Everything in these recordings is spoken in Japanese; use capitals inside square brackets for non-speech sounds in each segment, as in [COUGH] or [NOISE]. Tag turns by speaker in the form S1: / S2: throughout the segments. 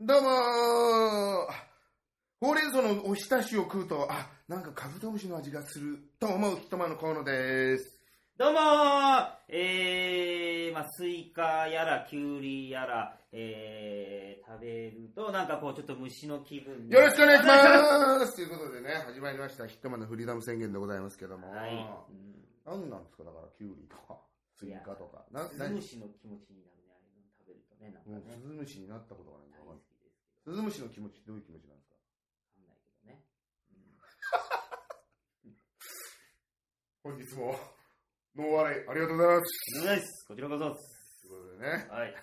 S1: どうもーほうれん草のおひたしを食うと、あ、なんかカブトムシの味がすると思う人まの河野です。
S2: どうもーえー、まあ、スイカやら、キュウリやら、えー、食べると、なんかこう、ちょっと虫の気分
S1: よろしくお願いし
S2: す
S1: ますということでね、始まりました、ヒットマンのフリーダム宣言でございますけども。
S2: はい。
S1: 何なんですか、だから、キュウリとか、スイカとか。な、
S2: うん、
S1: 何
S2: 虫の気持ちになるね、あれ食べるとね、なんか
S1: もうス
S2: ね。
S1: ズムシになったことがないんで
S2: 大
S1: わかんない
S2: 好きですけ
S1: スズムシの気持ちどういう気持ちなんですか
S2: ど、わかんないけどね。
S1: 本日も、ノーアレ、ありがとうございます。
S2: うん、お願いしますこちらこそっす。
S1: ということでね、
S2: は
S1: え
S2: い。
S1: ー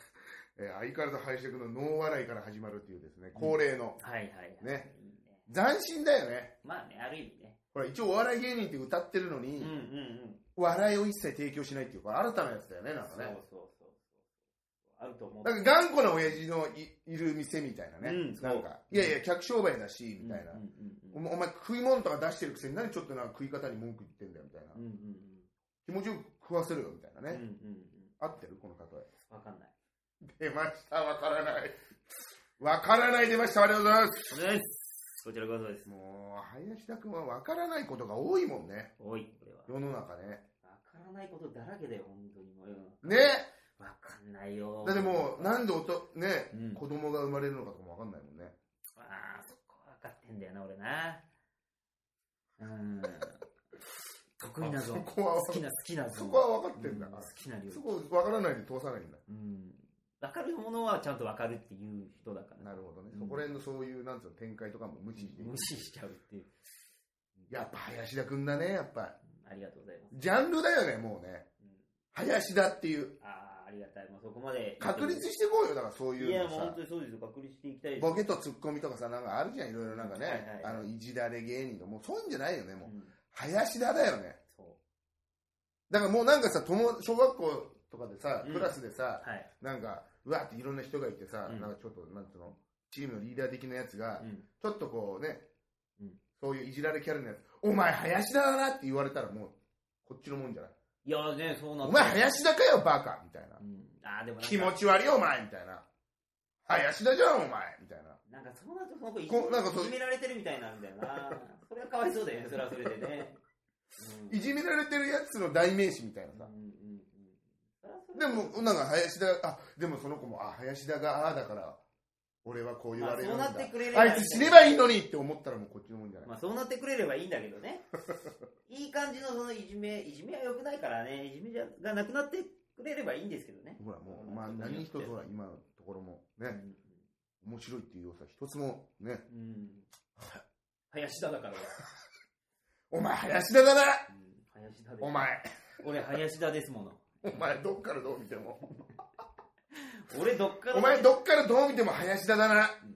S1: 相変わらず配色のノー笑いから始まるっていうですね、恒例の。
S2: はいはいはい。
S1: ね
S2: いいね。
S1: 斬新だよね。
S2: まあね、ある意味ね。
S1: ほら、一応お笑い芸人って歌ってるの
S2: う
S1: に、
S2: んうんうん。
S1: 笑いを一切提供しないっていう、これ新たなやつだよね、なんか
S2: そう
S1: ね。
S2: そうそう。あると思う。
S1: なんか頑固な親父のいいる店みたいなね。
S2: うん
S1: なんか、いやいや、客商売だし、みたいな。
S2: うん
S1: お
S2: うんうん。
S1: 前お前食い物とか出してるくせに何ちょっとなんか食い方に文句言ってんだよみたいな、
S2: うんうん
S1: 気持ちよく食わせるよみたいな
S2: うん。うんう
S1: ね、
S2: ん
S1: 合ってるこの例
S2: うん。わかんない。
S1: え出ましたわからないわからない出ましたありがとうございます
S2: お願いしますこちらこそです。
S1: もう林田君はわからないことが多いもんね
S2: 多い、これは。
S1: 世の中ね
S2: わからないことだらけだよ、本当にもう。
S1: ね
S2: わかんないよ。
S1: だってもうなんでおとね、
S2: うん
S1: 子供が生まれるのかとかもわかんないもんね
S2: ああ、そこ分かってんだよな、俺な。
S1: [LAUGHS]
S2: うん。得意な
S1: あ
S2: ぞ
S1: そ。こは
S2: 好きな、好きなぞ。
S1: そこは分かってんだ
S2: う好きな領
S1: そ
S2: 域。
S1: こわからないで通さないんだ
S2: うん。分かるものはちゃんと分かるっていう人だから。
S1: なるほどね、
S2: うん
S1: そこら辺のそういうなんつうの展開とかも無視していく
S2: 無視しちゃうっていう。
S1: やっぱ林田君だねやっぱ
S2: ありがとうございます。
S1: ジャンルだよねもうね
S2: うん
S1: 林田っていう
S2: ああ、ありがたい。もうそこまで。
S1: 確立していこうよだからそう
S2: い
S1: いう
S2: や、
S1: の
S2: もう本
S1: さ
S2: 当にそうですよ。確立していきたいです
S1: ボケとツッコミとかさなんかあるじゃんいろいろなんかね、
S2: はいはい
S1: あのいじられ芸人とかもうそういうんじゃないよねも
S2: う
S1: う、
S2: ん
S1: 林田だよね
S2: そう。
S1: だからもうなんかさ友小学校とかでさ
S2: うん
S1: クラスでさ、
S2: はい。
S1: なんかうわっていろんな人がいてさ、
S2: うん
S1: なんかちょっとなんつうのチームのリーダー的なやつが、
S2: うん。
S1: ちょっとこうね、
S2: うん
S1: そういういじられキャラのやつ、お前林田だなって言われたらもう、こっちのもんじゃない。
S2: いやね、そうなん
S1: お前林田かよ、バカみたいな
S2: う。ん。ああ、でもなんか
S1: 気持ち悪いよ、お前みたいな。林田じゃん、お前みたいな。
S2: なんかそうなると、なんかい
S1: こうなんかそう
S2: じめられてるみたいなんだよな。それはかわいそう
S1: [LAUGHS]
S2: だよね、それはそれでね。うん
S1: いじめられてるやつの代名詞みたいな
S2: うん
S1: さ。
S2: うんうんそれはそれ
S1: でも、なんか林田、あ、でもその子も、あ、林田が、ああだから、俺はこう言われるんだ。
S2: まあそうなってくれれば
S1: あ
S2: いい
S1: いつ死ねばいいのにって思ったらもうこっちのもんじゃない。
S2: まあそうなってくれればいいんだけどね。いい感じのそのいじめ、いじめは良くないからね、いじめじゃがなくなってくれればいいんですけどね。
S1: ほら、もう、まあ何一つほら、今のところも
S2: う
S1: ね、
S2: ん
S1: 面白いっていう要素は一つもね、
S2: うん。林田だから。
S1: お前林田だな
S2: うん林田です
S1: お前。
S2: 俺林田ですもの。
S1: お前どっからどう見ても。
S2: 俺どっから
S1: お前どっからどう見ても林田だな。
S2: うん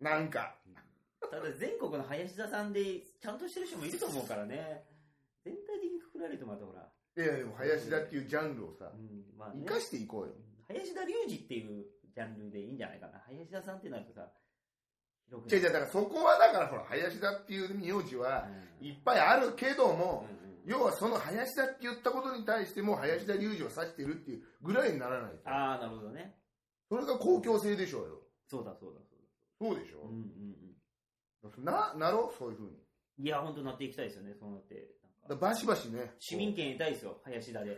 S1: なんか。
S2: ただ全国の林田さんでちゃんとしてる人もいると思うからね全体的にくくられてもらうとほら、
S1: いやでも林田っていうジャンルをさ
S2: う、んまあね
S1: 生、かしていこうよ。
S2: 林田隆二っていうジャンルでいいんじゃないかな林田さんってなるとさ広
S1: 違う違う、だからそこはだからほら、林田っていう名字は、いっぱいあるけど
S2: うん
S1: も、
S2: うんうん
S1: 要はその林田って言ったことに対しても林田隆二を指してるっていうぐらいにならないと。
S2: ああなるほどね
S1: それが公共性でしょうよ。
S2: そうだそうだそう
S1: そうでし
S2: だう
S1: ょ
S2: んうん
S1: な、なろうそういうふうに。
S2: うんいや本当なっていきたいですよねそうなって
S1: だからバシバシね。
S2: 市民権得たいですよ林田で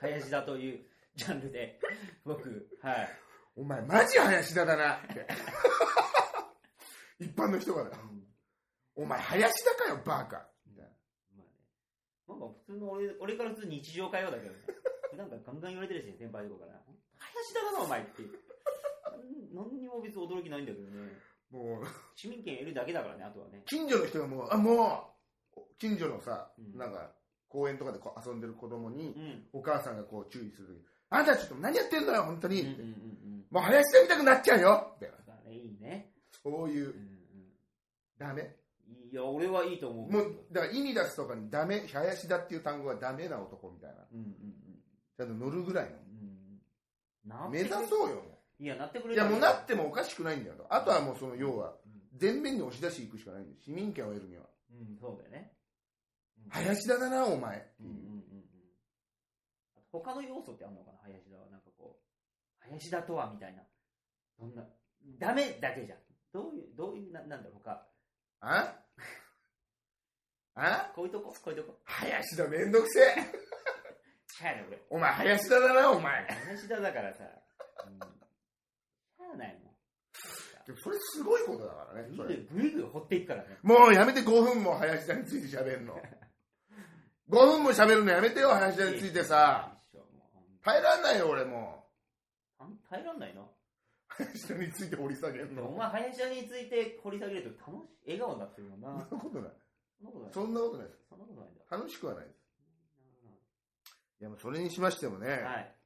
S2: 林田というジャンルで僕はい
S1: お前マジ林田だなって。 [LAUGHS] 一般の人がだよ。
S2: うん
S1: お前林田かよ、バカ。みたいな
S2: まあね。なんか普通の俺、俺から普通日常会話だけどね。 [LAUGHS] なんかガンガン言われてるし、先輩とかから。林田だな、お前って。なん何にも別に驚きないんだけどね。
S1: もう、
S2: 市民権得るだけだからね、あとはね。
S1: 近所の人がもう、あ、もう、近所のさ、
S2: うん
S1: なんか、公園とかでこう遊んでる子供に
S2: う、ん。
S1: お母さんがこう注意するとき、あんたちょっと何やってんのよ、本当
S2: うん
S1: に。
S2: うんう
S1: って
S2: んうん。
S1: もう林田見たくなっちゃうよって。
S2: だからね、いいね。
S1: そういうう、
S2: ん
S1: ダメ。
S2: うん。いや、俺はいいと思うけ
S1: も
S2: ど。
S1: う、だから意味出すとかにダメ、林田っていう単語はダメな男みたいな。
S2: うんうん
S1: ちゃんと乗るぐらい
S2: うん。うん。な
S1: の。
S2: っ
S1: 目
S2: て
S1: 指そうよ。も
S2: いや、なってく
S1: う
S2: れ
S1: いや、もうな
S2: っ
S1: ってもおかしくないんだよと。あとはもうその、要は、
S2: う
S1: 全面に押し出していくしかないんだよ。市民権を得るには。
S2: ん、うん、そうだよね。うん
S1: 林田だな、お前。
S2: うんうんうんうん。他の要素ってあるのかな、林田は。なんかこう、林田とはみたいな。どんな、ダメだけじゃん。どういう、どういう、ななんだろうか。
S1: ああ
S2: こういうとこ、こういうとこ。
S1: 林田めんどくせえ。
S2: しゃあない、俺。
S1: お前、林田だな、お前。
S2: 林田だからさ。うん、しゃあないもん。
S1: でもそれすごいことだからね。そ
S2: ぐ
S1: れ
S2: いぐいぐいぐい掘っていくからね。
S1: もうやめて5分も林田について喋るの。5分も喋るのやめてよ、林田についてさ。。
S2: 一緒もうほんと
S1: 耐えらんないよ、俺も
S2: あん耐えらんないな。
S1: う。林田について掘り下げる
S2: でも
S1: の。
S2: お前、林田について掘り下げると楽しい、笑顔になってるもん
S1: そんな
S2: な。
S1: ことない。
S2: そんなことない。
S1: そんなことないです。
S2: そんなことないんだ。
S1: 楽しくはないです。いや、もうそれにしましてもね、
S2: はい。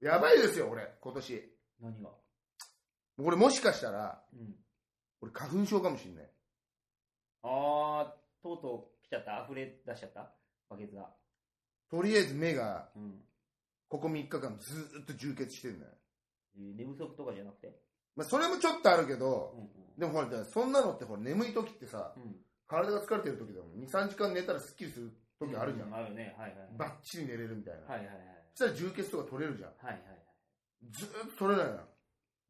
S1: やばいですよ、俺、今年。
S2: 何が
S1: 俺もしかしたら、
S2: うん。
S1: 俺花粉症かもしんない。
S2: あー、とうとう来ちゃった溢れ出しちゃったバケツが。
S1: とりあえず目が、
S2: うん。
S1: ここ3日間ずーっと充血してんだよ。
S2: えー寝不足とかじゃなくて。
S1: まあ、それもちょっとあるけ
S2: う
S1: ど、
S2: ん
S1: でもほら、だからそんなのってほら、眠い時ってさ、
S2: うん。うん。
S1: 体が疲れてる時でも2、3時間寝たらスッキリする時あるじゃん。
S2: うあるね。はいはいはい。
S1: バッチリ寝れるみたいな。
S2: はいはいはい。
S1: そしたら充血とか取れるじゃん。
S2: はいはいは
S1: ずーっと取れないのよ。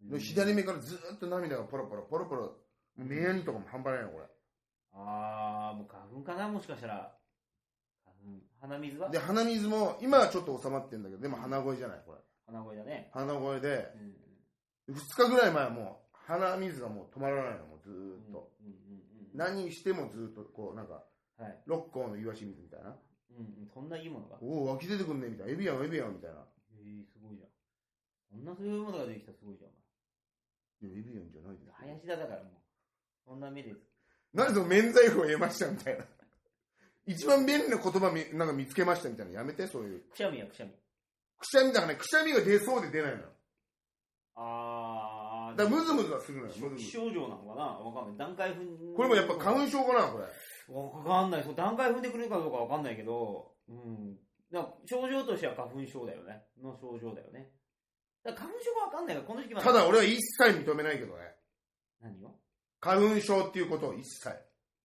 S2: い。
S1: で左目からずーっと涙がポロポロ、ポロポロ、目やにとかも半端ないの、こ
S2: あー、もう花粉かなもしかしたら。花粉。鼻水は
S1: れ。で、鼻水も、今はちょっと収まってんだけど、でも鼻声じゃない、これ。
S2: 鼻声だね。
S1: 鼻声で、
S2: うん。
S1: 2日ぐらい前はもう、鼻水がもう止まらないの、もうずーっと。。
S2: うんうんうん。
S1: 何してもずーっと、こう、なんか、
S2: はい。
S1: 六甲のイワシ水みたいな。
S2: うんうん。そんないいものが。
S1: おお、湧き出てくんね、みたいな。エビやん、エビやん、みたいな。
S2: えー、すごいじゃん。こんなそういうものができたらすごいじゃん。
S1: いや、エビやんじゃないで
S2: お前林田だからもう。そんな目で。
S1: なんでその免罪符を得ました、みたいな。一番便利な言葉み、なんか見つけました、みたいな。やめて、そういう。
S2: くしゃみやくしゃみ。
S1: くしゃみだからね、くしゃみが出そうで出ないのよ。
S2: あー。
S1: だからムズムズはするのよ、ムズム
S2: 気
S1: ズ。
S2: 象状なのかなわかんない。段階踏ん
S1: これもやっぱ花粉症かな、これ。
S2: わかんない。そう段階踏んでくれるかどうかわかんないけど、うん。だから症状としては花粉症だよね。の症状だよね。だから花粉症がわかんないから、この時期まで
S1: ただ、俺は一切認めないけどね。
S2: 何を
S1: 花粉症っていうことを一切。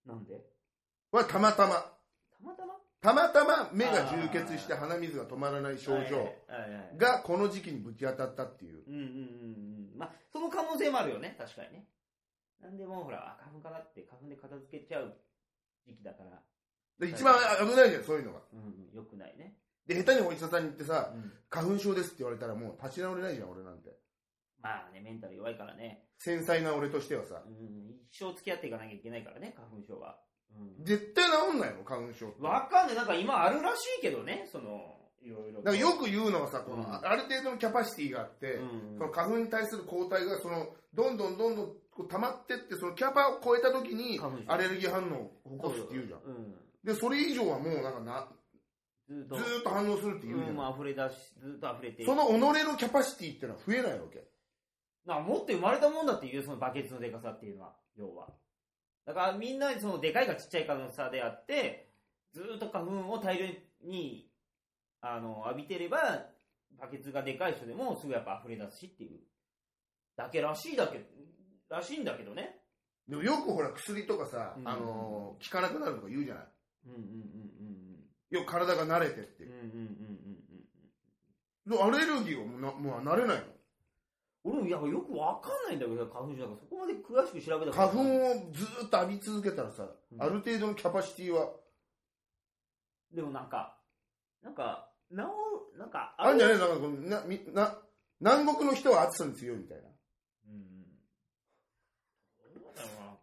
S2: なんで
S1: これはたまたま。
S2: たまたま
S1: たまたま目が充血して鼻水が止まらない症
S2: はい
S1: 状
S2: はいはい。
S1: がこの時期にぶち当たったっていう。
S2: うんうんうんうん。まあ、その可能性もあるよね。確かにね。なんでもうほら、あ花粉かなって、花粉で片付けちゃう時期だから、
S1: で一番危ないじゃん、そういうのが。
S2: うん、良くないね。
S1: で、下手にお医者さんに行ってさ、
S2: うん
S1: 花粉症ですって言われたらもう立ち直れないじゃん、俺なんて。
S2: まあね、メンタル弱いからね。
S1: 繊細な俺としてはさ。
S2: うん、一生付き合っていかなきゃいけないからね、花粉症は。うん
S1: 絶対治んないの、花粉症って。
S2: わかんない。なんか今あるらしいけどね、その、いろいろと。
S1: だからよく言うのはさ、この、
S2: うん
S1: ある程度のキャパシティがあって、
S2: うん
S1: その花粉に対する抗体が、その、どんどんどんどんこう溜まってって、そのキャパを超えた時に、
S2: 花粉症
S1: アレルギー反応を起こすって言うじゃん。
S2: うん。
S1: で、それ以上はもうなんかな、
S2: ずっと、
S1: ずーっと反応するって言うじゃ。
S2: うんん、もう溢れ出し、ずっと溢れていく
S1: その己のキャパシティってのは増えないわけ。
S2: なんか持って生まれたもんだっていうよそのバケツのでかさっていうのは、要は。だからみんなそのでかいかちっちゃいかの差であって、ずーっと花粉を大量に、あの、浴びてれば、バケツがでかい人でもすぐやっぱ溢れ出すしっていう。だけらしいだけ、らしいんだけどね。
S1: でもよくほら薬とかさ、
S2: うん
S1: あのー効かなくなるとか言うじゃない。
S2: うんうんうん
S1: いや、体が慣れてって
S2: うんうん。うん。うんうんうんうん。
S1: でアレルギーはもうな、もう慣れないの。
S2: 俺もやっぱよくわかんないんだけど、花粉症だからそこまで詳しく調べたことない
S1: 花粉をずーっと浴び続けたらさ、
S2: うん
S1: ある程度のキャパシティは、
S2: でもなんか、なんか、治る、なんか、
S1: あるんじゃないなんかこのなみな、南国の人は暑さに強いみたいな。
S2: うんうんどうだろうな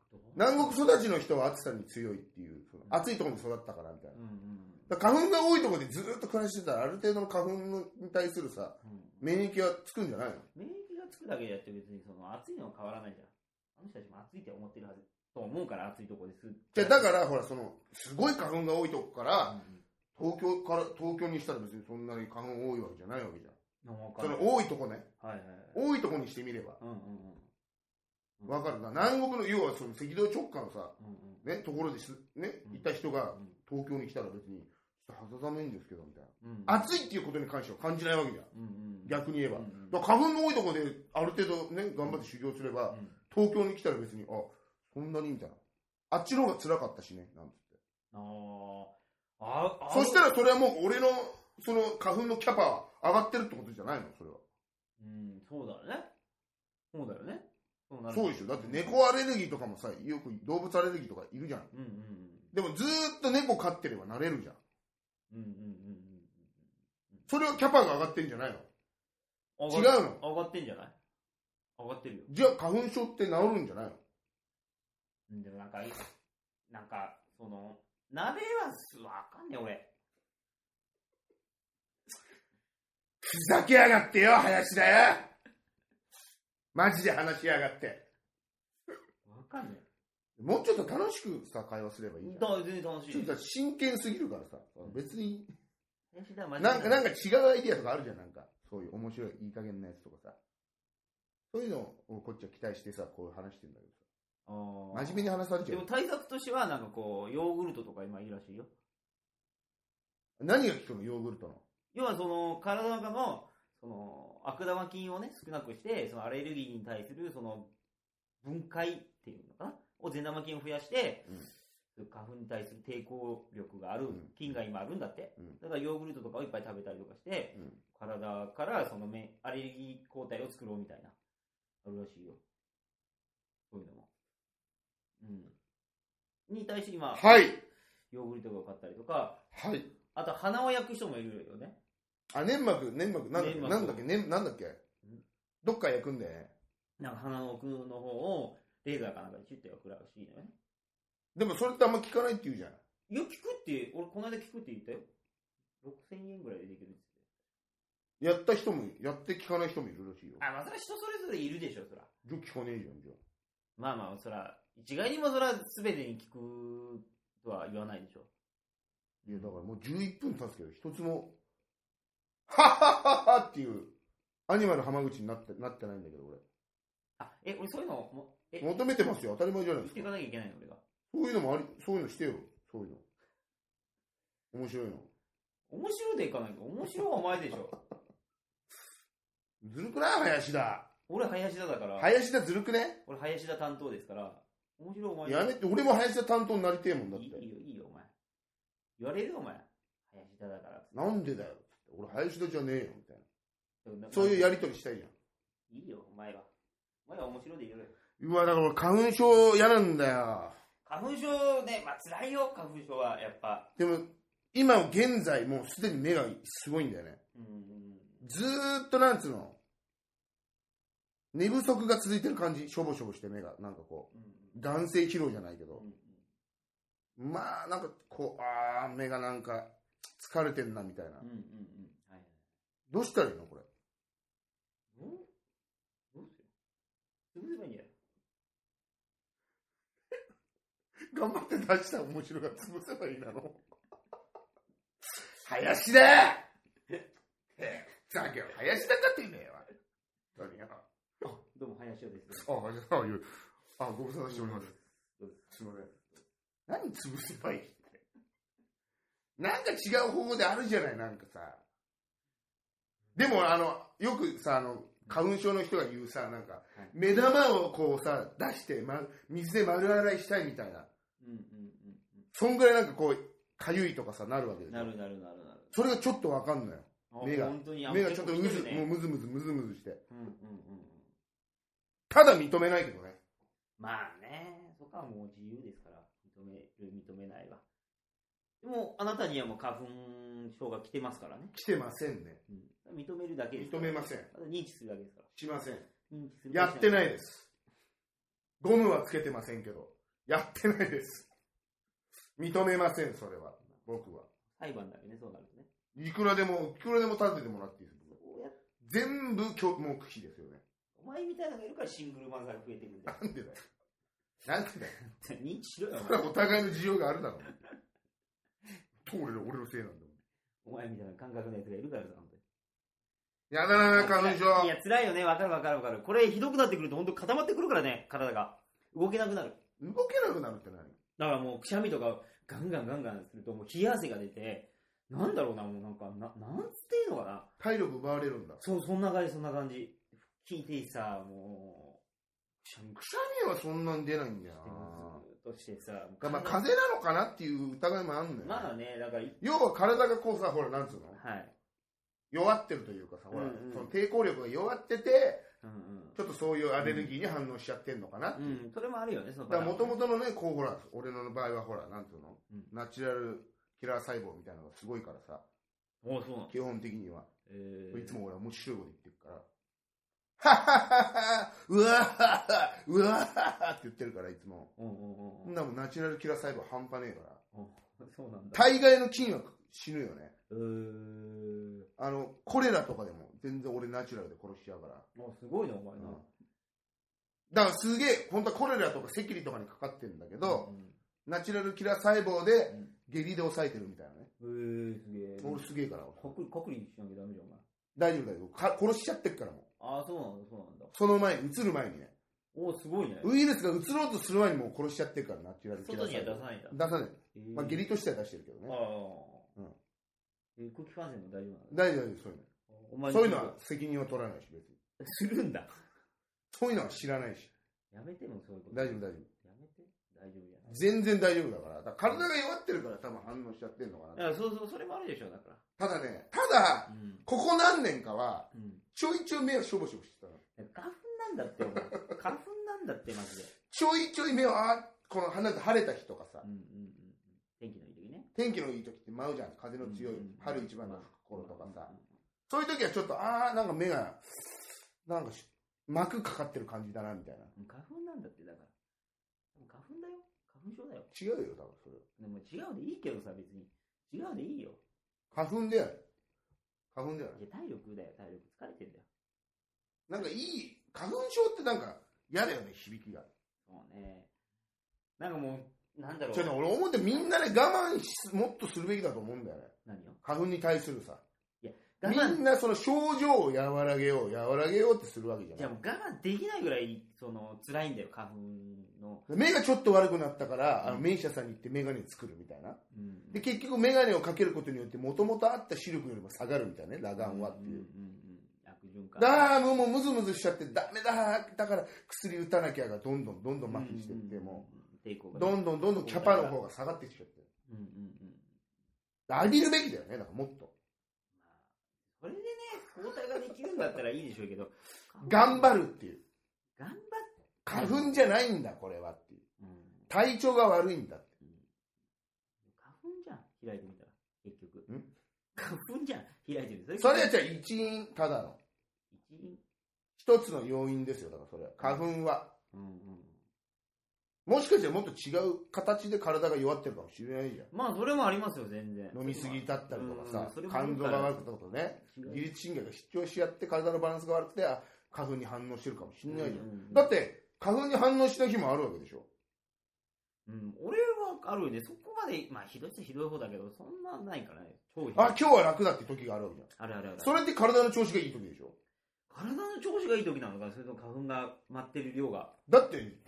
S1: 南国育ちの人は暑さに強いっていう、その
S2: うん
S1: 暑いところに育ったからみたいな。
S2: うんうん
S1: だから花粉が多いところでずーっと暮らしてたら、ある程度の花粉に対するさ、
S2: うん
S1: 免疫はつくんじゃないの
S2: 免疫がつくだけでやって別にその暑いのは変わらないじゃん。あの人たちも暑いって思ってるはずと思うから暑いとこです。、
S1: じゃあだからら、ほら、その、すごい花粉が多いとこから、
S2: うん
S1: 東京から、東京にしたら別にそんなに花粉多いわけじゃないわけじゃん。
S2: うん、わか
S1: そ
S2: る
S1: の多いとこね。
S2: はいはいは
S1: 多
S2: い。
S1: いとこにしてみれば。
S2: うんうんうん。うん
S1: わかるな。南国の、要はその赤道直下のさ、
S2: うんうん
S1: ね、ところです、ね
S2: う、ん
S1: いた人が
S2: うん
S1: 東京に来たら別に、ちょっと肌寒いんですけど、みたい
S2: うん。
S1: な。暑いっていうことに関しては感じないわけじゃん。
S2: うんうん。
S1: 逆に言えば。
S2: うんうん
S1: だから花粉の多いとこで、ある程度ね、頑張って修行すれば、
S2: うん
S1: 東京に来たら別に、あ、そんなにみたいな。あっちの方が辛かったしね、なんつって。
S2: あーあ。あ
S1: そしたらそれはもう俺の、その花粉のキャパは上がってるってことじゃないのそれは。
S2: うん、そうだね。そうだよね。そうなる
S1: そうでしょ。だって猫アレルギーとかもさ、よく動物アレルギーとかいるじゃん。
S2: うんうん
S1: でもずーっと猫飼ってればなれるじゃん。
S2: うん。うんうん
S1: それはキャパが上がってんじゃないの
S2: うんうん。
S1: 違う
S2: う。
S1: の
S2: 上がってんじゃない上がってるよ。
S1: じゃあ花粉症って治るんじゃないの
S2: うんでもなんか、いなんか、その、鍋はすわかんねえ、俺。
S1: ふざけやがってよ、林だよマジで話しやがって。
S2: わかんね
S1: もうちょっと楽しくさ、会話すればいい
S2: え。
S1: じ
S2: だ
S1: ゃん。
S2: 全然楽しい
S1: ちょっ
S2: よ。
S1: とさ真剣すぎるからさ、別に、
S2: 林田は真面目
S1: なんか、なんか違うアイディアとかあるじゃん、なんか。そういう面白い、いい加減なやつとかさ。そういうのをこっちは期待してさ、こう話してんだけど
S2: あー
S1: さ。真面目に話されち
S2: で
S1: ゃ
S2: も
S1: う。
S2: 対策としては、なんかこう、ヨーグルトとか今いいらしいよ。
S1: 何が効くの、ヨーグルトの。
S2: 要はその、体の中の、その、悪玉菌をね、少なくして、そのアレルギーに対する、その、分解っていうのかなを善玉菌を増やして、花粉に対する抵抗力がある
S1: うん
S2: 菌が今あるんだって。
S1: うん
S2: だからヨーグルトとかをいっぱい食べたりとかして、
S1: うん
S2: 体からそのめアレルギー抗体を作ろうみたいな。あるらしいよ。そういうのも。うん。に対して今、
S1: はい。
S2: ヨーグルトが買ったりとか、
S1: はい。
S2: あと鼻を焼く人もいるよね。
S1: あ、粘膜、粘膜、なんだっけ、
S2: 粘膜
S1: なんだっけ、粘なんだっけ。どっか焼くんだよね。
S2: なんか鼻の奥の方をレーザーかなんかでチュッて焼くらしいのよね。
S1: でもそれってあんま効かないって言うじゃん。
S2: いや、聞くって、俺この間聞くって言ったよ。6000円ぐらいでできるっつって。
S1: やった人も、やって効かない人もいるらしいよ。
S2: あ、まあそれは人それぞれいるでしょ、そら。
S1: じゃあ効かねえじゃん、じゃあ。
S2: まあまあ、そら、一概にもそら全てに聞くとは言わないでしょ。
S1: いや、だからもう11分経つけど、一つも、はっはっはっはっていう、アニマル浜口になってなってないんだけど、
S2: あ、え、俺そういうのも、え、
S1: 俺。求めてますよ、当たり前じゃないで
S2: 見つ
S1: す
S2: けて
S1: か。
S2: いかなきゃいけないの、俺が。
S1: そういうのもあり、そういうのしてよ、そういうの。面白いの。
S2: 面白でいかないと、面白はお前でしょ。
S1: [LAUGHS] ずるくない林田。
S2: 俺林田だから、
S1: 林田ずるくね
S2: 俺林田担当ですから、面白お前
S1: やめて、俺も林田担当になりてえもんだっ
S2: いいい
S1: て。
S2: いよ、いいよ、お前。言われるよ、お前。林田だから。
S1: なんでだよ。俺林田じゃねえよ、みたい
S2: な
S1: な。そういうやりとりしたいじゃん。
S2: いいよ、お前は。お前は面白いでいろよ。
S1: うわ、だから俺花粉症嫌なんだよ。
S2: 花粉症ね、まあ辛いよ、花粉症は、やっぱ。
S1: でも、今現在もうすでに目がすごいんだよね。
S2: うんうん。
S1: ずーっとなんつうの、寝不足が続いてる感じ、しょぼしょぼして目が、なんかこ
S2: うん
S1: う、男性疲労じゃないけ
S2: うん
S1: ど
S2: う、ん。
S1: まあなんかこう、あー、目がなんか疲れてんなみたいな
S2: うん。うんうん。はい。
S1: どうしたらいいのこれ。
S2: どうどうする潰せばいいんじゃない
S1: 頑張って出したら面白がって潰せばいいなの。林だえふざけよ、林だかって言うねえわ。何が。
S2: どうも、林田です。
S1: あ、林だ、あ、言う。あ、ご無沙汰しております。すみません。何潰せばいいって。なんか違う方法であるじゃない、なんかさ。でも、あの、よくさ、あの、花粉症の人が言うさ、なんか
S2: い、
S1: 目玉をこうさ、出して、ま、水で丸洗いしたいみたいな。
S2: うんうん
S1: そんぐらいなんかこう、かゆいとかさ、なるわけ
S2: う
S1: で
S2: ん。
S1: しょ
S2: なるなるなるなる。
S1: それがちょっとわかんのよ。
S2: あ
S1: 目が
S2: 本当にあ
S1: 目がちょっとむ
S2: 結
S1: ず、
S2: 構来て
S1: もう
S2: るね
S1: むずむずむずむずして。
S2: うんうんうん。
S1: ただ認めないけどね。
S2: まあね、そこはもう自由ですから、認める、認めないは。でも、あなたにはもう花粉症が来てますからね。
S1: 来てませんね。
S2: うん、認めるだけですから
S1: 認めません。
S2: ただ認知するだけですから。
S1: しません。
S2: 認知する
S1: やって
S2: い。
S1: ないです。ゴムはつけてませんけど、やってないです。認めません、それは。僕は。
S2: 裁判だよね、そうなるとね。
S1: いくらでも、いくらでも立ててもらっていいです。
S2: そうやっ
S1: 全部拒黙否ですよね。
S2: お前みたいなのがいるからシングルマザーが増えてくるん
S1: [LAUGHS]
S2: だよ。
S1: なんでだよ。なんでだよ。
S2: 認知しろよ、
S1: それはお互いの事情があるだろう。通れる俺のせいなんだもん。
S2: お前。お前みたいな感覚のやつがいるからさ、本当に。
S1: やだな、花粉症。
S2: いや、辛いよね、わかるわかるわかる。これひどくなってくると本当固まってくるからね、体が。動けなくなる。
S1: 動けなくなるって何
S2: だからもうくしゃみとかガンガンガンガンするともう冷や汗が出て、なんだろうな、もうなんか、ななんつっていいのかな。
S1: 体力奪われるんだ。
S2: そう、そんな感じ、そんな感じ。腹筋てさ、もう、くしゃみく
S1: くしゃみはそんなに出ないんだよ
S2: としてさ、
S1: な。まあ、風邪なのかなっていう疑いもあんのよ、
S2: まあね、だから、
S1: 要は体がこうさ、ほら、なんつうの
S2: はい。
S1: 弱ってるというかさ、ほら、
S2: うんうん
S1: その抵抗力が弱ってて、
S2: うん
S1: ちょっとそういうアレルギーに反応しちゃってんのかな。
S2: うん。うん、それもあるよね、その
S1: だから
S2: パタ
S1: 元
S2: ーン
S1: 々のね、こうほら、俺の場合はほら、なんていうの、
S2: うん
S1: ナチュラルキラー細胞みたいなのがすごいからさ、
S2: おそうなん
S1: 基本的には。
S2: えー
S1: いつも俺は面白いこと言ってるから、はっはっはっはうわっはっはうわっはっはって言ってるから、いつも。
S2: うんうん
S1: そ
S2: うんん
S1: なもんナチュラルキラー細胞半端ねえから。
S2: うん。そうなんだ。
S1: 大概の菌は死ぬよね。
S2: うー。
S1: あの、コレラとかでも全然俺ナチュラルで殺しちゃうから。
S2: あ、すごいな、お前な。
S1: だからすげえ、本当はコレラとかセキリとかにかかってるんだけど、
S2: うん
S1: ナチュラルキラー細胞で下痢で抑えてるみたいなね。
S2: うん。えー、すげえ。
S1: 俺すげえから、俺
S2: 隔離、隔離しなきゃダメじゃん、お
S1: 大
S2: 前。
S1: 丈夫だよ。か殺しちゃってるからもう。
S2: ああ、そうなんだ、そうなんだ。
S1: その前に、移る前にね。
S2: おーすごいね。
S1: ウイルスが移ろうとする前にもう殺しちゃってるから、ナチュラルキラー
S2: 外に
S1: 細
S2: は出
S1: 胞。
S2: さないんだ。
S1: 出さない。
S2: えー
S1: まあ、下痢としては出してるけど
S2: あ
S1: ね。
S2: あ。
S1: うん
S2: えー。空気感染も大丈夫なんだ。
S1: 大丈夫、大丈夫そういう
S2: お
S1: の。
S2: 前
S1: そういうのは責任を取らないし、別に。
S2: するんだ。
S1: そういうのは知らないし。
S2: やめてもそういうこと。
S1: 大丈夫、大丈夫。
S2: やめて。大丈夫じゃない。
S1: 全然大丈夫だから。だから体が弱ってるから多分反応しちゃってるのか
S2: いや、そうそう、それもあるでしょ、だか
S1: な。ただね、ただ、
S2: ら。うん。
S1: ここ何年かは、
S2: うん。
S1: ちょいちょい目をしょぼしょぼしてたの。
S2: 花粉なんだって、お前。 [LAUGHS] 花粉なんだって、マジで。
S1: ちょいちょい目を、あーこの花が晴れた日とかさ
S2: う、んうんうん。天気のいい時ね。
S1: 天気のいい時って舞うじゃん。風の強い
S2: うんうんうん、
S1: 春一番の頃とかさ。
S2: うんうん
S1: そういう時はちょっと、あー、なんか目が、なんかし膜かかってる感じだな、みたいな。
S2: うん花粉なんだって、だから。でも花粉だよ。花粉症だよ。
S1: 違うよ、多分それ。
S2: でも違うでいいけどさ、別に。違うでいいよ。
S1: 花粉だよ。花粉だよ。
S2: いや、体力だよ、体力。疲れてんだよ。
S1: なんかいい、花粉症ってなんか嫌だよね、響きが。
S2: そうね。なんかもう、なんだろう
S1: ちょっ。と俺思ってみんなね、我慢しもっとするべきだと思うんだよね。
S2: 何よ。
S1: 花粉に対するさ。
S2: 我
S1: み
S2: 慢。
S1: んなその症状を和らげよう、和らげようってするわけじゃ
S2: じゃ
S1: な
S2: あ
S1: い。
S2: もう我慢できないぐらい、その、辛いんだよ、花粉の。
S1: 目がちょっと悪くなったから、あの
S2: うん
S1: 名医者さんに行ってメガネ作るみたいな。
S2: うん
S1: で、結局メガネをかけることによって、もともとあった視力よりも下がるみたいなね、裸眼はっていう。
S2: んんうん。悪循環。
S1: だーもうもうムズムズしちゃってダメだーだから薬打たなきゃがどんどんどんどん麻痺してっても
S2: う、抵抗
S1: う
S2: がね。
S1: どんどんどんどんキャパの方が下がってきちゃって
S2: うんうんうん。
S1: ありるべきだよねだからもっと
S2: それでね、交代ができるんだったらいいでしょうけど。
S1: 頑張
S2: る。
S1: るっていう
S2: 頑張っ
S1: 花粉じゃないんだこれはっていう
S2: うん。
S1: 体調が悪いんだって
S2: 花粉じゃん、開いてみたら。結局。
S1: ん
S2: 花粉じゃん、開いてみたら。
S1: それはじゃあ一因ただの
S2: 一因
S1: 一つの要因ですよだからそれは花粉は
S2: うんうん。
S1: もしかしたらもっと違う形で体が弱ってるかもしれないじゃん
S2: まあ、それもありますよ、全然。
S1: 飲みすぎだったりとかさ
S2: うん
S1: 肝臓が悪くなったとね
S2: 違う
S1: 自律神経が失調しちゃって体のバランスが悪くてあ花粉に反応してるかもしれないじゃん
S2: うんうんうん
S1: だって、花粉に反応しない日もあるわけでしょ。
S2: うん、俺はあるよね。そこまで、まあ、ひどい人はひどい方だけど、そんなないからね。超ひどい。
S1: あ、今日は楽だって時があるわけじゃ
S2: あるあるある
S1: ん。。それって体の調子がいい時でしょ。
S2: 体の調子がいい時なのか、それとも花粉が舞ってる量が。
S1: だって、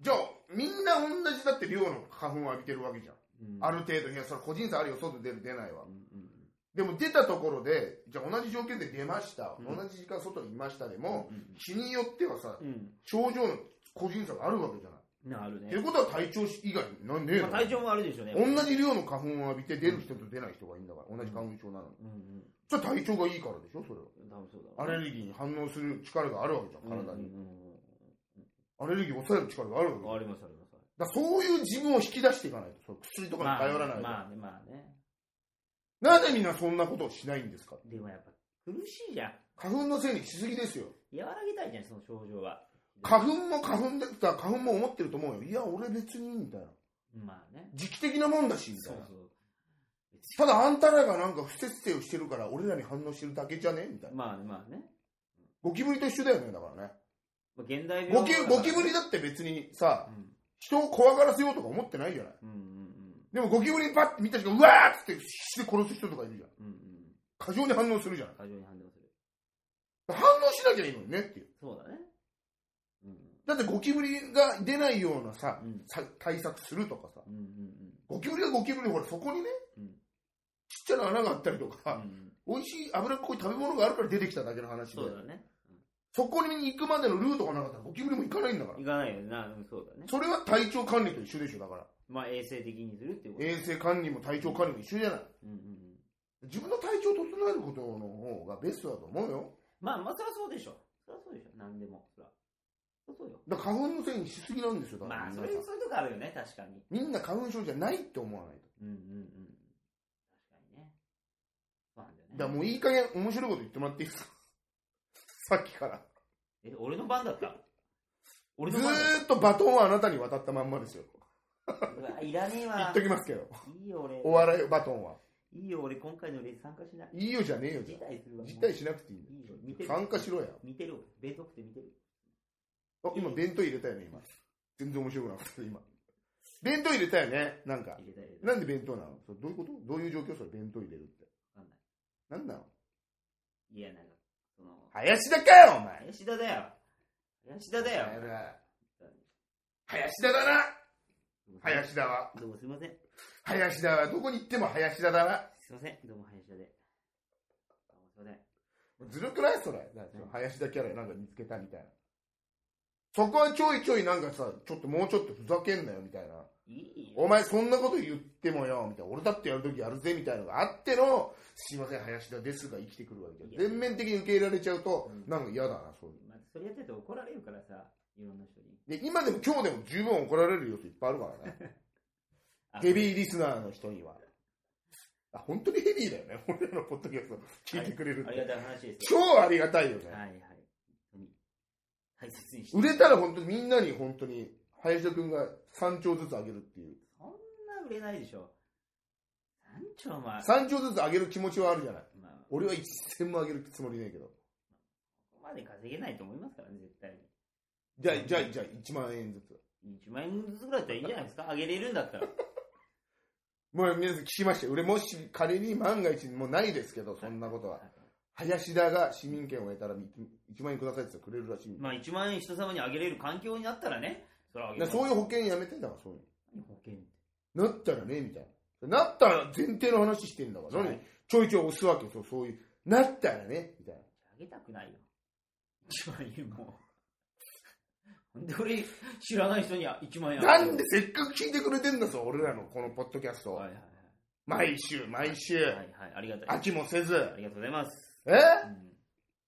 S1: じゃあ、みんな同じだって量の花粉を浴びてるわけじゃん。
S2: うん
S1: ある程度、いや、それ個人差あるよ、外出る、出ないわ
S2: うん。うん
S1: でも出たところで、じゃあ同じ条件で出ました、
S2: うん
S1: 同じ時間外にいましたで
S2: うん。
S1: も、日によってはさ、
S2: うんうん。
S1: 症状の個人差があるわけじゃない。
S2: なる
S1: っていう
S2: ね。
S1: ことは体調以外になんねえ
S2: ま
S1: の
S2: あ、体調もあるでしょうね。
S1: 同じ量の花粉を浴びて出る人と出ない人がいいんだから、同じ花粉症なのに。
S2: うんうん。
S1: じゃあ体調がいいからでしょ、それは。
S2: 多分そうだ
S1: ア
S2: わね。
S1: レルギーに反応する力があるわけじゃん、体に。
S2: うんうん
S1: アレルギーを抑える力があるわけじ
S2: う
S1: ゃん
S2: んありますあります。
S1: だからそういう自分を引き出していかないと、その薬とかに頼らないと、
S2: まあね、まあね。
S1: なぜみんなそんなことをしないんですか
S2: でもやっぱ苦しいじゃん。
S1: 花粉のせいにしすぎですよ。
S2: 和らげたいじゃん、その症状は。
S1: 花粉も花粉だったら花粉も思ってると思うよ。いや、俺別に、みたいな。
S2: まあね。
S1: 時期的なもんだし、みた
S2: そ
S1: いうな。
S2: そう。別
S1: ただあんたらがなんか不節制をしてるから、俺らに反応してるだけじゃねみたい
S2: に
S1: な。
S2: まあね、まあね。
S1: ゴキブリと一緒だよね、だからね。
S2: まあ現代病
S1: ゴキゴキブリだって別にさ、
S2: うん
S1: 人を怖がらせようとか思ってないじゃない。
S2: うんうん
S1: でもゴキブリパッて見た人が、うわーっつってして殺す人とかいるじゃん。
S2: うん。うんうん。
S1: 過剰に反応するじゃない。
S2: 過剰に反応する。
S1: 反応しなきゃいいのにねっていう。
S2: そうだね。うん
S1: だってゴキブリが出ないようなさ
S2: う、ん。
S1: さ対策するとかさ、
S2: うんうんうん。
S1: ゴキブリはゴキブリ、ほらそこにね、
S2: うん
S1: ちっちゃな穴があったりと
S2: う
S1: か、
S2: ん
S1: 美味しい脂っこい食べ物があるから出てきただけの話で
S2: そう、だね。
S1: そこに行くまでのルートがなかったらゴキブリも行かないんだから。
S2: いかないよね。なうんそうだね。
S1: それは体調管理と一緒でしょ、だから。
S2: まあ衛生的にするっていうこと。
S1: 衛生管理も体調管理も一緒じゃない。
S2: うんうんうん。
S1: 自分の体調を整えることの方がベストだと思うよ。
S2: まあ、まあ、そりゃそうでしょ。そりゃそうでしょ。何でも。そりゃ。そりゃそうよ。
S1: だから花粉のせいにしすぎなんですよ、だから
S2: まあ、そ
S1: 皆
S2: れ、
S1: さん
S2: そういうとこあるよね、確かに。
S1: みんな花粉症じゃないって思わないと。
S2: うんうんうん。確かにね。そうなんだよね。
S1: だからもういい加減面白いこと言ってもらっていいですか [LAUGHS] さっきから。
S2: え、俺の番だった俺
S1: ず
S2: の番だっ
S1: ーっとバトンはあなたに渡ったまんまですよ。
S2: たうわ、いらねえ
S1: 言
S2: わ
S1: っと。きますけど。
S2: いいよ、俺。
S1: お笑いバトンは。
S2: いいよ、俺、今回のレース参加しない。
S1: いいよじゃねえよじ
S2: 辞
S1: ゃ
S2: 退す
S1: ん。
S2: るわ。もう
S1: 辞退しなくていいんだよ
S2: いいよ、見てる。
S1: 参加しろや。
S2: 見てるわ。弁当食って見てる。
S1: あ、今弁当入れたよね、今。全然面白くなかった、今。弁当入れたよね、なんか。
S2: 入れた入れた。
S1: なんで弁当なのそれどういうことどういう状況それ弁当入れるって。
S2: わかんない。
S1: なんなの
S2: いや、なんか、その、
S1: 林田かよ、お前
S2: 林田だよ。林田だよ。
S1: 林田だな林田は。
S2: どうもすいません。
S1: 林田はどこに行っても林田だな。
S2: すいません。どうも林田で。どうもすいません。
S1: ずるくないそれ。なんかその林田キャラなんか見つけたみたいな。そこはちょいちょいなんかさ、ちょっともうちょっとふざけんなよみたいな。
S2: いいよ。
S1: お前そんなこと言ってもよ、みたいな。俺だってやるときやるぜみたいなのがあっての、すいません、林田ですが生きてくるわけ
S2: い
S1: じゃ
S2: や
S1: ん。全面的に受け入れられちゃうと、
S2: うん
S1: なんか嫌だな、そういう
S2: まあ、それやってて怒られるからさ、いろんな人に。
S1: で今でも今日でも十分怒られる要素いっぱいあるからね。ヘビーリスナーの人には。あ、本当にヘビーだよね。 [LAUGHS] 俺らのポッドキャスト聞いてくれる
S2: あ
S1: っ
S2: りが
S1: て。
S2: たい話です
S1: 超
S2: よ。
S1: ありがたいよね。
S2: はいはい。本当に大切にして。
S1: 売れたら本当にみんなに本当に林田君が3丁ずつあげるっていう
S2: そんな売れないでしょ。なんちょ、お前。
S1: 3丁ずつあげる気持ちはあるじゃない
S2: まあ、こ
S1: 俺は1銭もあげるつもりねえけど
S2: こまで稼げないと思いますからね、絶対
S1: じゃあじゃあじゃあ1万円ずつ
S2: に。1万円ずつぐらいだったらいいんじゃないですか。あげれるんだったら。
S1: もう皆さん聞きましたよ俺もし仮に万が一もうないですけどそんなことは林田が市民権を得たら1万円くださいって言ったらくれるらしいんで
S2: まあ、1万円人様にあげれる環境になったらね、それはあげ
S1: だ
S2: ま
S1: か
S2: す
S1: らそういう保険やめてんだからそういう
S2: 何保険って。
S1: のなったらねみたいななったら前提の話してんだから、
S2: は
S1: 何
S2: い
S1: ちょいちょい押すわけそうそういうなったらねみたいな
S2: あげたくないよ。1万円も。 [LAUGHS] なんで俺、知らない人に1万円あ
S1: な
S2: げる
S1: んでせっかく聞いてくれてんだぞ、俺らのこのポッドキャストを
S2: はいはいはい。
S1: 毎週、毎週、
S2: はいはい、ありがたい。
S1: 飽きもせず
S2: あ、りがとうございます。
S1: え
S2: うん、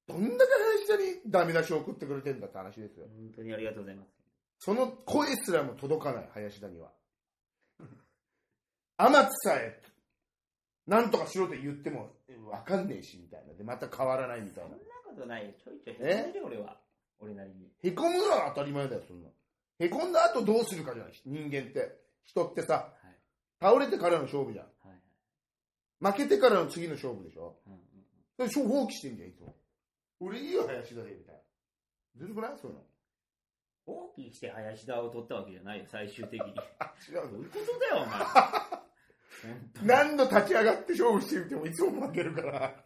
S1: どんだけ林田にダメ出しを送ってくれてんだって話ですよ
S2: 本。当にありがとうございます。
S1: その声すらも届かない、林田には。天津さえ、なんとかしろと言っても、わかんねえし、みたいな。で、また変わらないみたい
S2: そ
S1: な
S2: んな。ことないよ。ちょいちょい減ってるよ俺は。俺なりに。
S1: へこむのは当たり前だよ、そんな。へこんだ後どうするかじゃない、人間って。人ってさ、
S2: はい
S1: 倒れてからの勝負じゃん。
S2: はいはい。
S1: 負けてからの次の勝負でしょ。
S2: うんうん
S1: で、そう放棄してんじゃん、いつも。俺いいよ、林田で、みたいな。ずるくないそういうの。
S2: 大きくして林田を取ったわけじゃないよ、最終的
S1: [LAUGHS]
S2: に。
S1: あ、違う
S2: ど
S1: の。
S2: ういうことだよ、お前。本当に
S1: 何度立ち上がって勝負してみてもいつも負けるから、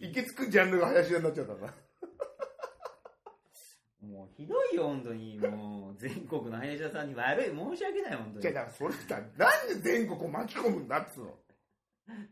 S1: いけつくジャンルが林田になっちゃったな。
S2: もうひどいよ、本当に。もう、全国の林田さんに悪い。申し訳ない、本当
S1: じゃあ、
S2: に。
S1: だからそれさ、なんで全国を巻き込むんだっつうの。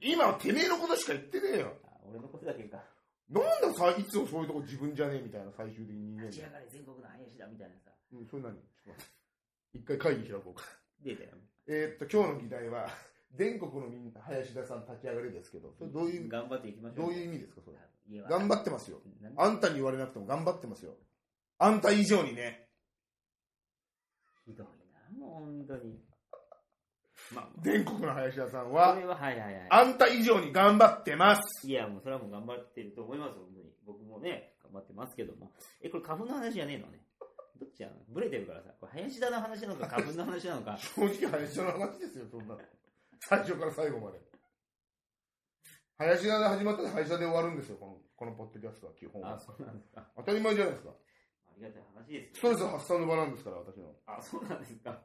S1: 今はてめえのことしか言ってねえよ。
S2: あ俺のことだけか。
S1: なんださ、いつもそういうとこ自分じゃねえみたいな最終的に人間
S2: 立ち
S1: で
S2: 上。がれ、全国の林田みたいなさ。
S1: うん、それ何ちょっと待って一回会議開こうか。
S2: 出たよ。
S1: えーっと、今日の議題は、全国のみんな、林田さん立ち上がれですけど、それどういう、
S2: 頑張っていきましょう。
S1: どういう意味ですか、それ。
S2: 家は
S1: 頑張ってますよ。
S2: なん
S1: あんたに言われなくても頑張ってますよ。あんた以上にね。
S2: ひどいな、もう本当に。まあ、
S1: 全国の林田さん
S2: こ
S1: は、
S2: れは、はいはいは
S1: あんた以上に頑張ってます。
S2: い。いや、もうそれはもう頑張ってると思います、本当に。僕もね、頑張ってますけども。え、これ花粉の話じゃねえのね。どっちやのブレてるからさ。これ林田の話なのか、花粉の話な
S1: [LAUGHS]
S2: のか。
S1: 正直林田の話ですよ、そんなの。最初から最後まで。林田で始まったら林田で終わるんですよ、この、このポッドキャストは基本
S2: あ、
S1: は。
S2: そうなんですか。
S1: 当たり前じゃないですか。
S2: ありがたい話です。
S1: ストレス発散の場なんですから、私の。
S2: あ、そうなんですか。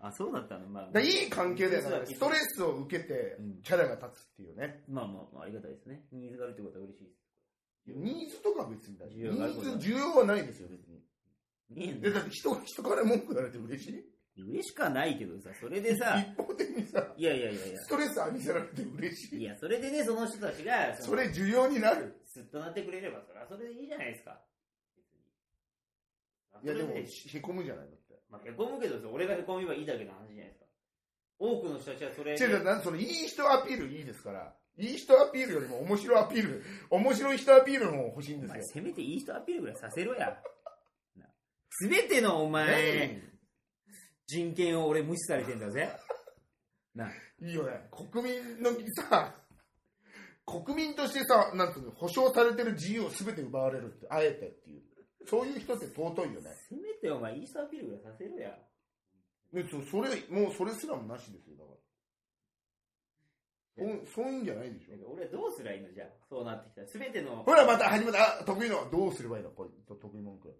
S2: あ、そうだったのまあ。
S1: だからいい関係だよ、ね、ストレ
S2: ス。
S1: スを受けて
S2: うん、
S1: キャラが立つっていうね。
S2: まあまあまあ、ありがたいですね。ニーズがあるってことは嬉しいです。
S1: ニーズとかは別にだ
S2: 需要がある
S1: ニ
S2: こ
S1: ー
S2: とだ
S1: ズ、需要はないですよ、別に。
S2: ねえんだ
S1: で、だって人が人から文句言われて嬉しい
S2: 嬉しくはないけどさ、それ
S1: [LAUGHS]
S2: でさ、
S1: 一方的にさ、
S2: いやいやいやいや
S1: ス。トレス浴びせられて嬉し
S2: い
S1: い。
S2: や、それでね、その人たちが、
S1: それ、需要になる。
S2: すっとなってくれれば、それはそれでいいじゃないですか。
S1: いや、でも、
S2: それ
S1: へこむじゃないだって。
S2: まあ、へこむけどさ、俺がへこみばいいだけの話じゃないですか。多くの人たちはそれ、
S1: 違う違う、なんその、いい人アピールいいですから、いい人アピールよりも面白アピール、面白い人アピールの方が欲しいん
S2: お
S1: です
S2: 前
S1: よ。
S2: せめていい人アピールぐらいさせろや。すべてのお前、人権を俺無視されてんだぜ。な、
S1: いいよね。国民のさ、国民としてさ、なんつうの、保障されてる自由を全て奪われるって、あえてっていう。そういう人って尊いよね。
S2: せめてお前いい人アピールぐらいさせろや。
S1: ねそそれ、もうそれすらもなしですよ、だから。そうそういうんじゃないでしょ
S2: だ。から俺はどうすりゃいいのじゃあそうなってきたら。すべての
S1: ほら、また始まった。あ、得意の。どうすればいいのこれ、得意文句。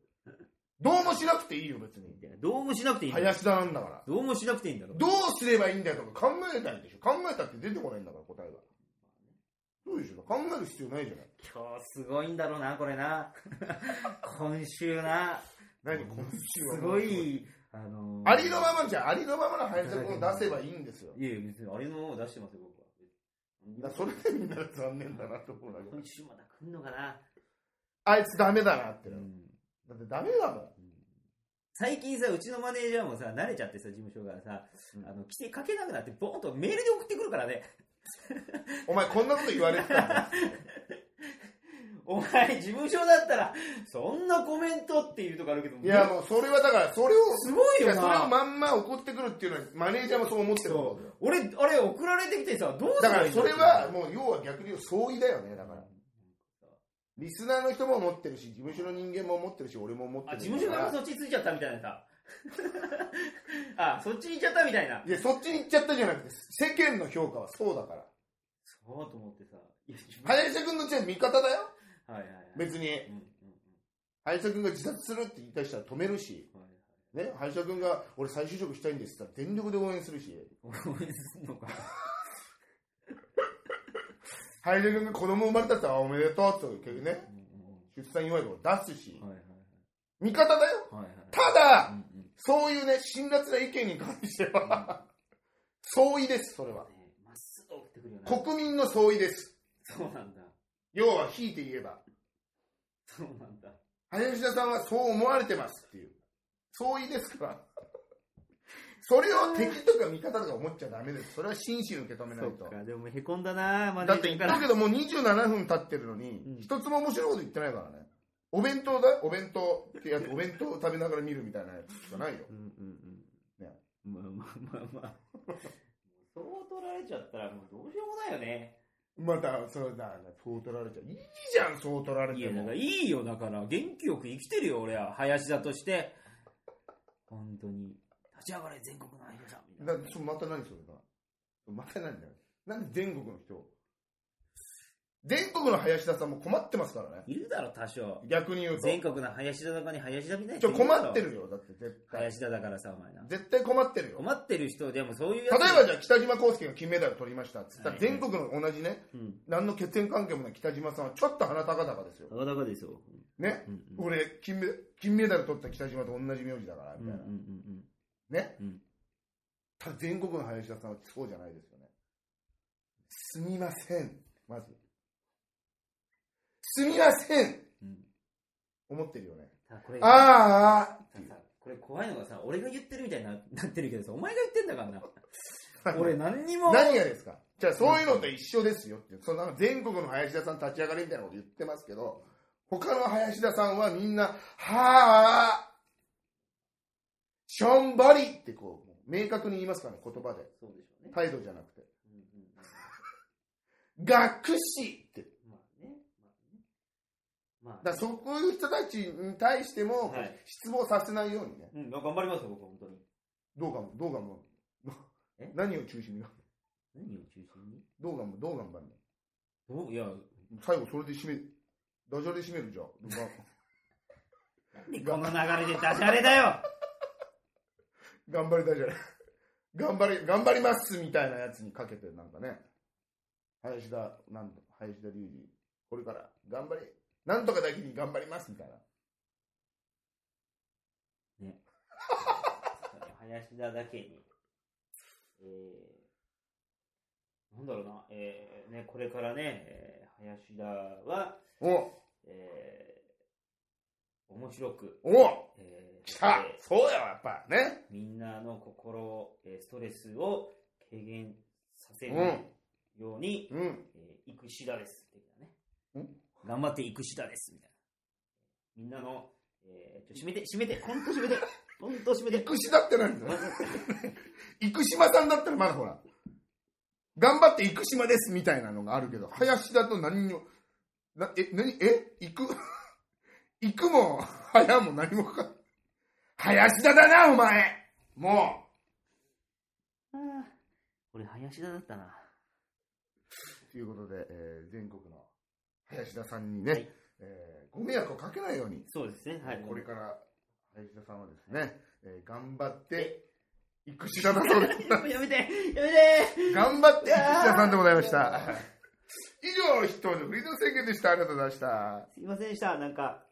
S1: どうもしなくていいよ、別に。
S2: どうもしなくていいんだろ。
S1: 林田なんだから。
S2: どうもしなくていいんだろ。
S1: どうすればいいんだよとか考えないでしょ。考えたって出てこないんだから、答えが。そうでしょ。考える必要ないじゃない。
S2: 今日すごいんだろうな、これな。 [LAUGHS] 今週な、
S1: 何、
S2: うん
S1: 今週は。
S2: すご。い、あのー
S1: ありのままじゃんありのままの対策を出せばいいんですよ。
S2: いやいや、別にありのまま出してますよ、僕は。
S1: だからそれでみんな残念だなと思うだけど。
S2: 今週まだ来んのかな、
S1: あいつダメだなって
S2: う
S1: な。だ
S2: ん
S1: ってダメだもん。
S2: 最近さ、うちのマネージャーもさ、慣れちゃってさ、事務所がさ、
S1: うん
S2: あの、規制かけなくなって、ボーンとメールで送ってくるからね。
S1: お前こんなこと言われてたんだ。
S2: お前、事務所だったら、そんなコメントっていうとこあるけど、 [LAUGHS]
S1: いやもうそれはだから、それを、
S2: すご
S1: い
S2: いよ
S1: やそれを
S2: な。
S1: まんま怒ってくるっていうのはマネージャーもそう思ってる
S2: そ
S1: んだよ
S2: う。俺、あれ送られてきてさ、どうす
S1: だ
S2: れ
S1: か
S2: ばい
S1: ら
S2: いん
S1: そ
S2: だろ
S1: れは
S2: う
S1: もう要は逆に言う相違だよねだ
S2: だ
S1: か
S2: からら
S1: リスナーの人も思ってるし事務所の人間も思ってるし俺も思って
S2: あ、
S1: る
S2: 事務所
S1: だ
S2: 側
S1: か
S2: もそっちについちゃったみたいなさ。あ、そっちに行っちゃったみたいな。
S1: いやそっちに行っちゃったじゃなくて世間の評価はそうだから
S2: そうと思ってさ。いや自分はい
S1: 林田君のちは味方だよ
S2: はいはい。
S1: 別に
S2: うんうん
S1: 林田君が自殺するって言いたい人は止めるし
S2: うんはい
S1: ね林田君が俺再就職したいんですって言ったら全力で応援するし
S2: 応援すんのか。
S1: 林田君が子供生まれたってあおめでとうって結局ね
S2: うんうん
S1: 出産祝いを出すし
S2: うんはい
S1: 味方だよ
S2: はいはい。はいはい。
S1: ただ
S2: うんうん
S1: そういうね、辛辣な意見に関しては、 [LAUGHS] 相違です、それは。
S2: ねまっすぐ送ってくるよな。
S1: 国民の相違です。
S2: そうなんだ。
S1: 要は、ひいて言えば、
S2: そうなんだ。
S1: 林田さんはそう思われてますっていう。相違ですから。それを敵とか味方とか思っちゃダメです。それは真摯に受け止めないと。、
S2: でもへこんだなマ
S1: だって言ったけどもう27分経ってるの
S2: うん
S1: に、一つも面白いこと言ってないからね。お弁当だよお弁当ってやつ、お弁当を食べながら見るみたいなやつしかないよ。
S2: うんうんうん。
S1: ね
S2: まあまあまあまあ。そう取られちゃったらもうどうしようもないよね。
S1: また、それだからね、そう取られちゃう。いいじゃん、そう取られ
S2: い
S1: て
S2: や、だ
S1: も
S2: か。らいいよ、だから、元気よく生きてるよ、俺は。林田として。本当に。立ち上がれ、全国の林田みたいな。
S1: なそまた何それかまた何だよなんで全国の人全国の林田さんも困ってますからね
S2: いるだろ、多少。
S1: 逆に言うと
S2: 全国の林田の中に林田みたいな
S1: ち
S2: 人
S1: ょ
S2: いるだろ
S1: 困って。るよだって絶対
S2: 林田だからさ、お前な。
S1: 絶対困ってるよ
S2: 困ってる人、でもそういう
S1: 例え
S2: やつ。
S1: ばじゃあ北島康介が金メダル取りましたっつったら
S2: はい
S1: 全国の同じね
S2: うん。
S1: 何の血縁関係もない北島さんはちょっと鼻高々ですよ
S2: なかなかですよ。
S1: ね
S2: うんうん。
S1: 俺金メ金メダル取った北島と同じ名字だから
S2: う
S1: み
S2: んう
S1: た
S2: ん
S1: い
S2: う
S1: な
S2: んうん。
S1: ね
S2: うん
S1: ただ全国の林田さんはそうじゃないですよねすみませんまずすみません
S2: うん。
S1: 思ってるよね
S2: さあ、これ。
S1: あーあー
S2: さあこれ怖いのがさ、俺が言ってるみたいにななってるけどさ、お前が言ってんだ
S1: [LAUGHS]
S2: からな。俺何にも。
S1: 何がですかじゃあそういうのと一緒ですよってそんな全国の林田さん立ち上がりみたいなこと言ってますけど他の林田さんはみんな「はあしょんぼり」ってこう明確に言いますからね言葉で
S2: そうでしょうね。
S1: 態度じゃなくて
S2: うんうんう
S1: 「
S2: ん
S1: 学士」って
S2: まあね、まあね。まあ、
S1: だからそういう人たちに対しても、
S2: はい
S1: 失望させないようにね、
S2: うん、頑張りますよ、僕、本当に。
S1: どうかも、どうかも
S2: え、
S1: 何を中心に、
S2: 何を中心に
S1: どうかも、どう頑張る
S2: おいや、
S1: の最後、それで締め、ダジャレ締めるじゃん。
S2: この流れでダジャレだよ
S1: が頑張りダジャレ。 [LAUGHS] 頑張り、頑張りますみたいなやつにかけて、なんかね、林田、なんと、林田隆二、これから、頑張り、なんとかだけに頑張りますみたいな。
S2: 林田だけに。えー、なんだろうな、えー、ね、これからね、えー林田は、
S1: お
S2: えー、面白く、
S1: お
S2: えー、
S1: 来た
S2: えー
S1: そうやわ、やっぱ、ね。
S2: みんなの心を、えーストレスを軽減させる、
S1: うん
S2: ように、
S1: うん。
S2: えー、行くしだです。的なね
S1: ん。
S2: 頑張って行くしだです。みたいな。みんなの、えー、ちょ、締めて、締めて、ほんと締めて、ほんと締
S1: [LAUGHS]
S2: めて。
S1: 育志だってなんだよ。生島さんだったらまだほら、頑張って生島ですみたいなのがあるけど、林だと何にも、なえ、何、え、行く、 [LAUGHS] 行くも、早も何もかかん林田だな、お前も
S2: あー俺、林田だったな。
S1: うということで、えー全国の林田さんにね、
S2: はい
S1: えーご迷惑をかけないように、
S2: そうですね。はい。
S1: これから林田さんはですね、えー頑張って生島だそうです。
S2: [LAUGHS] やめてやめて [LAUGHS]
S1: 頑張って、岸田さんでございました。以上、筆頭のフリード宣言でした。ありがとうございました。
S2: すいませんでした。なんか、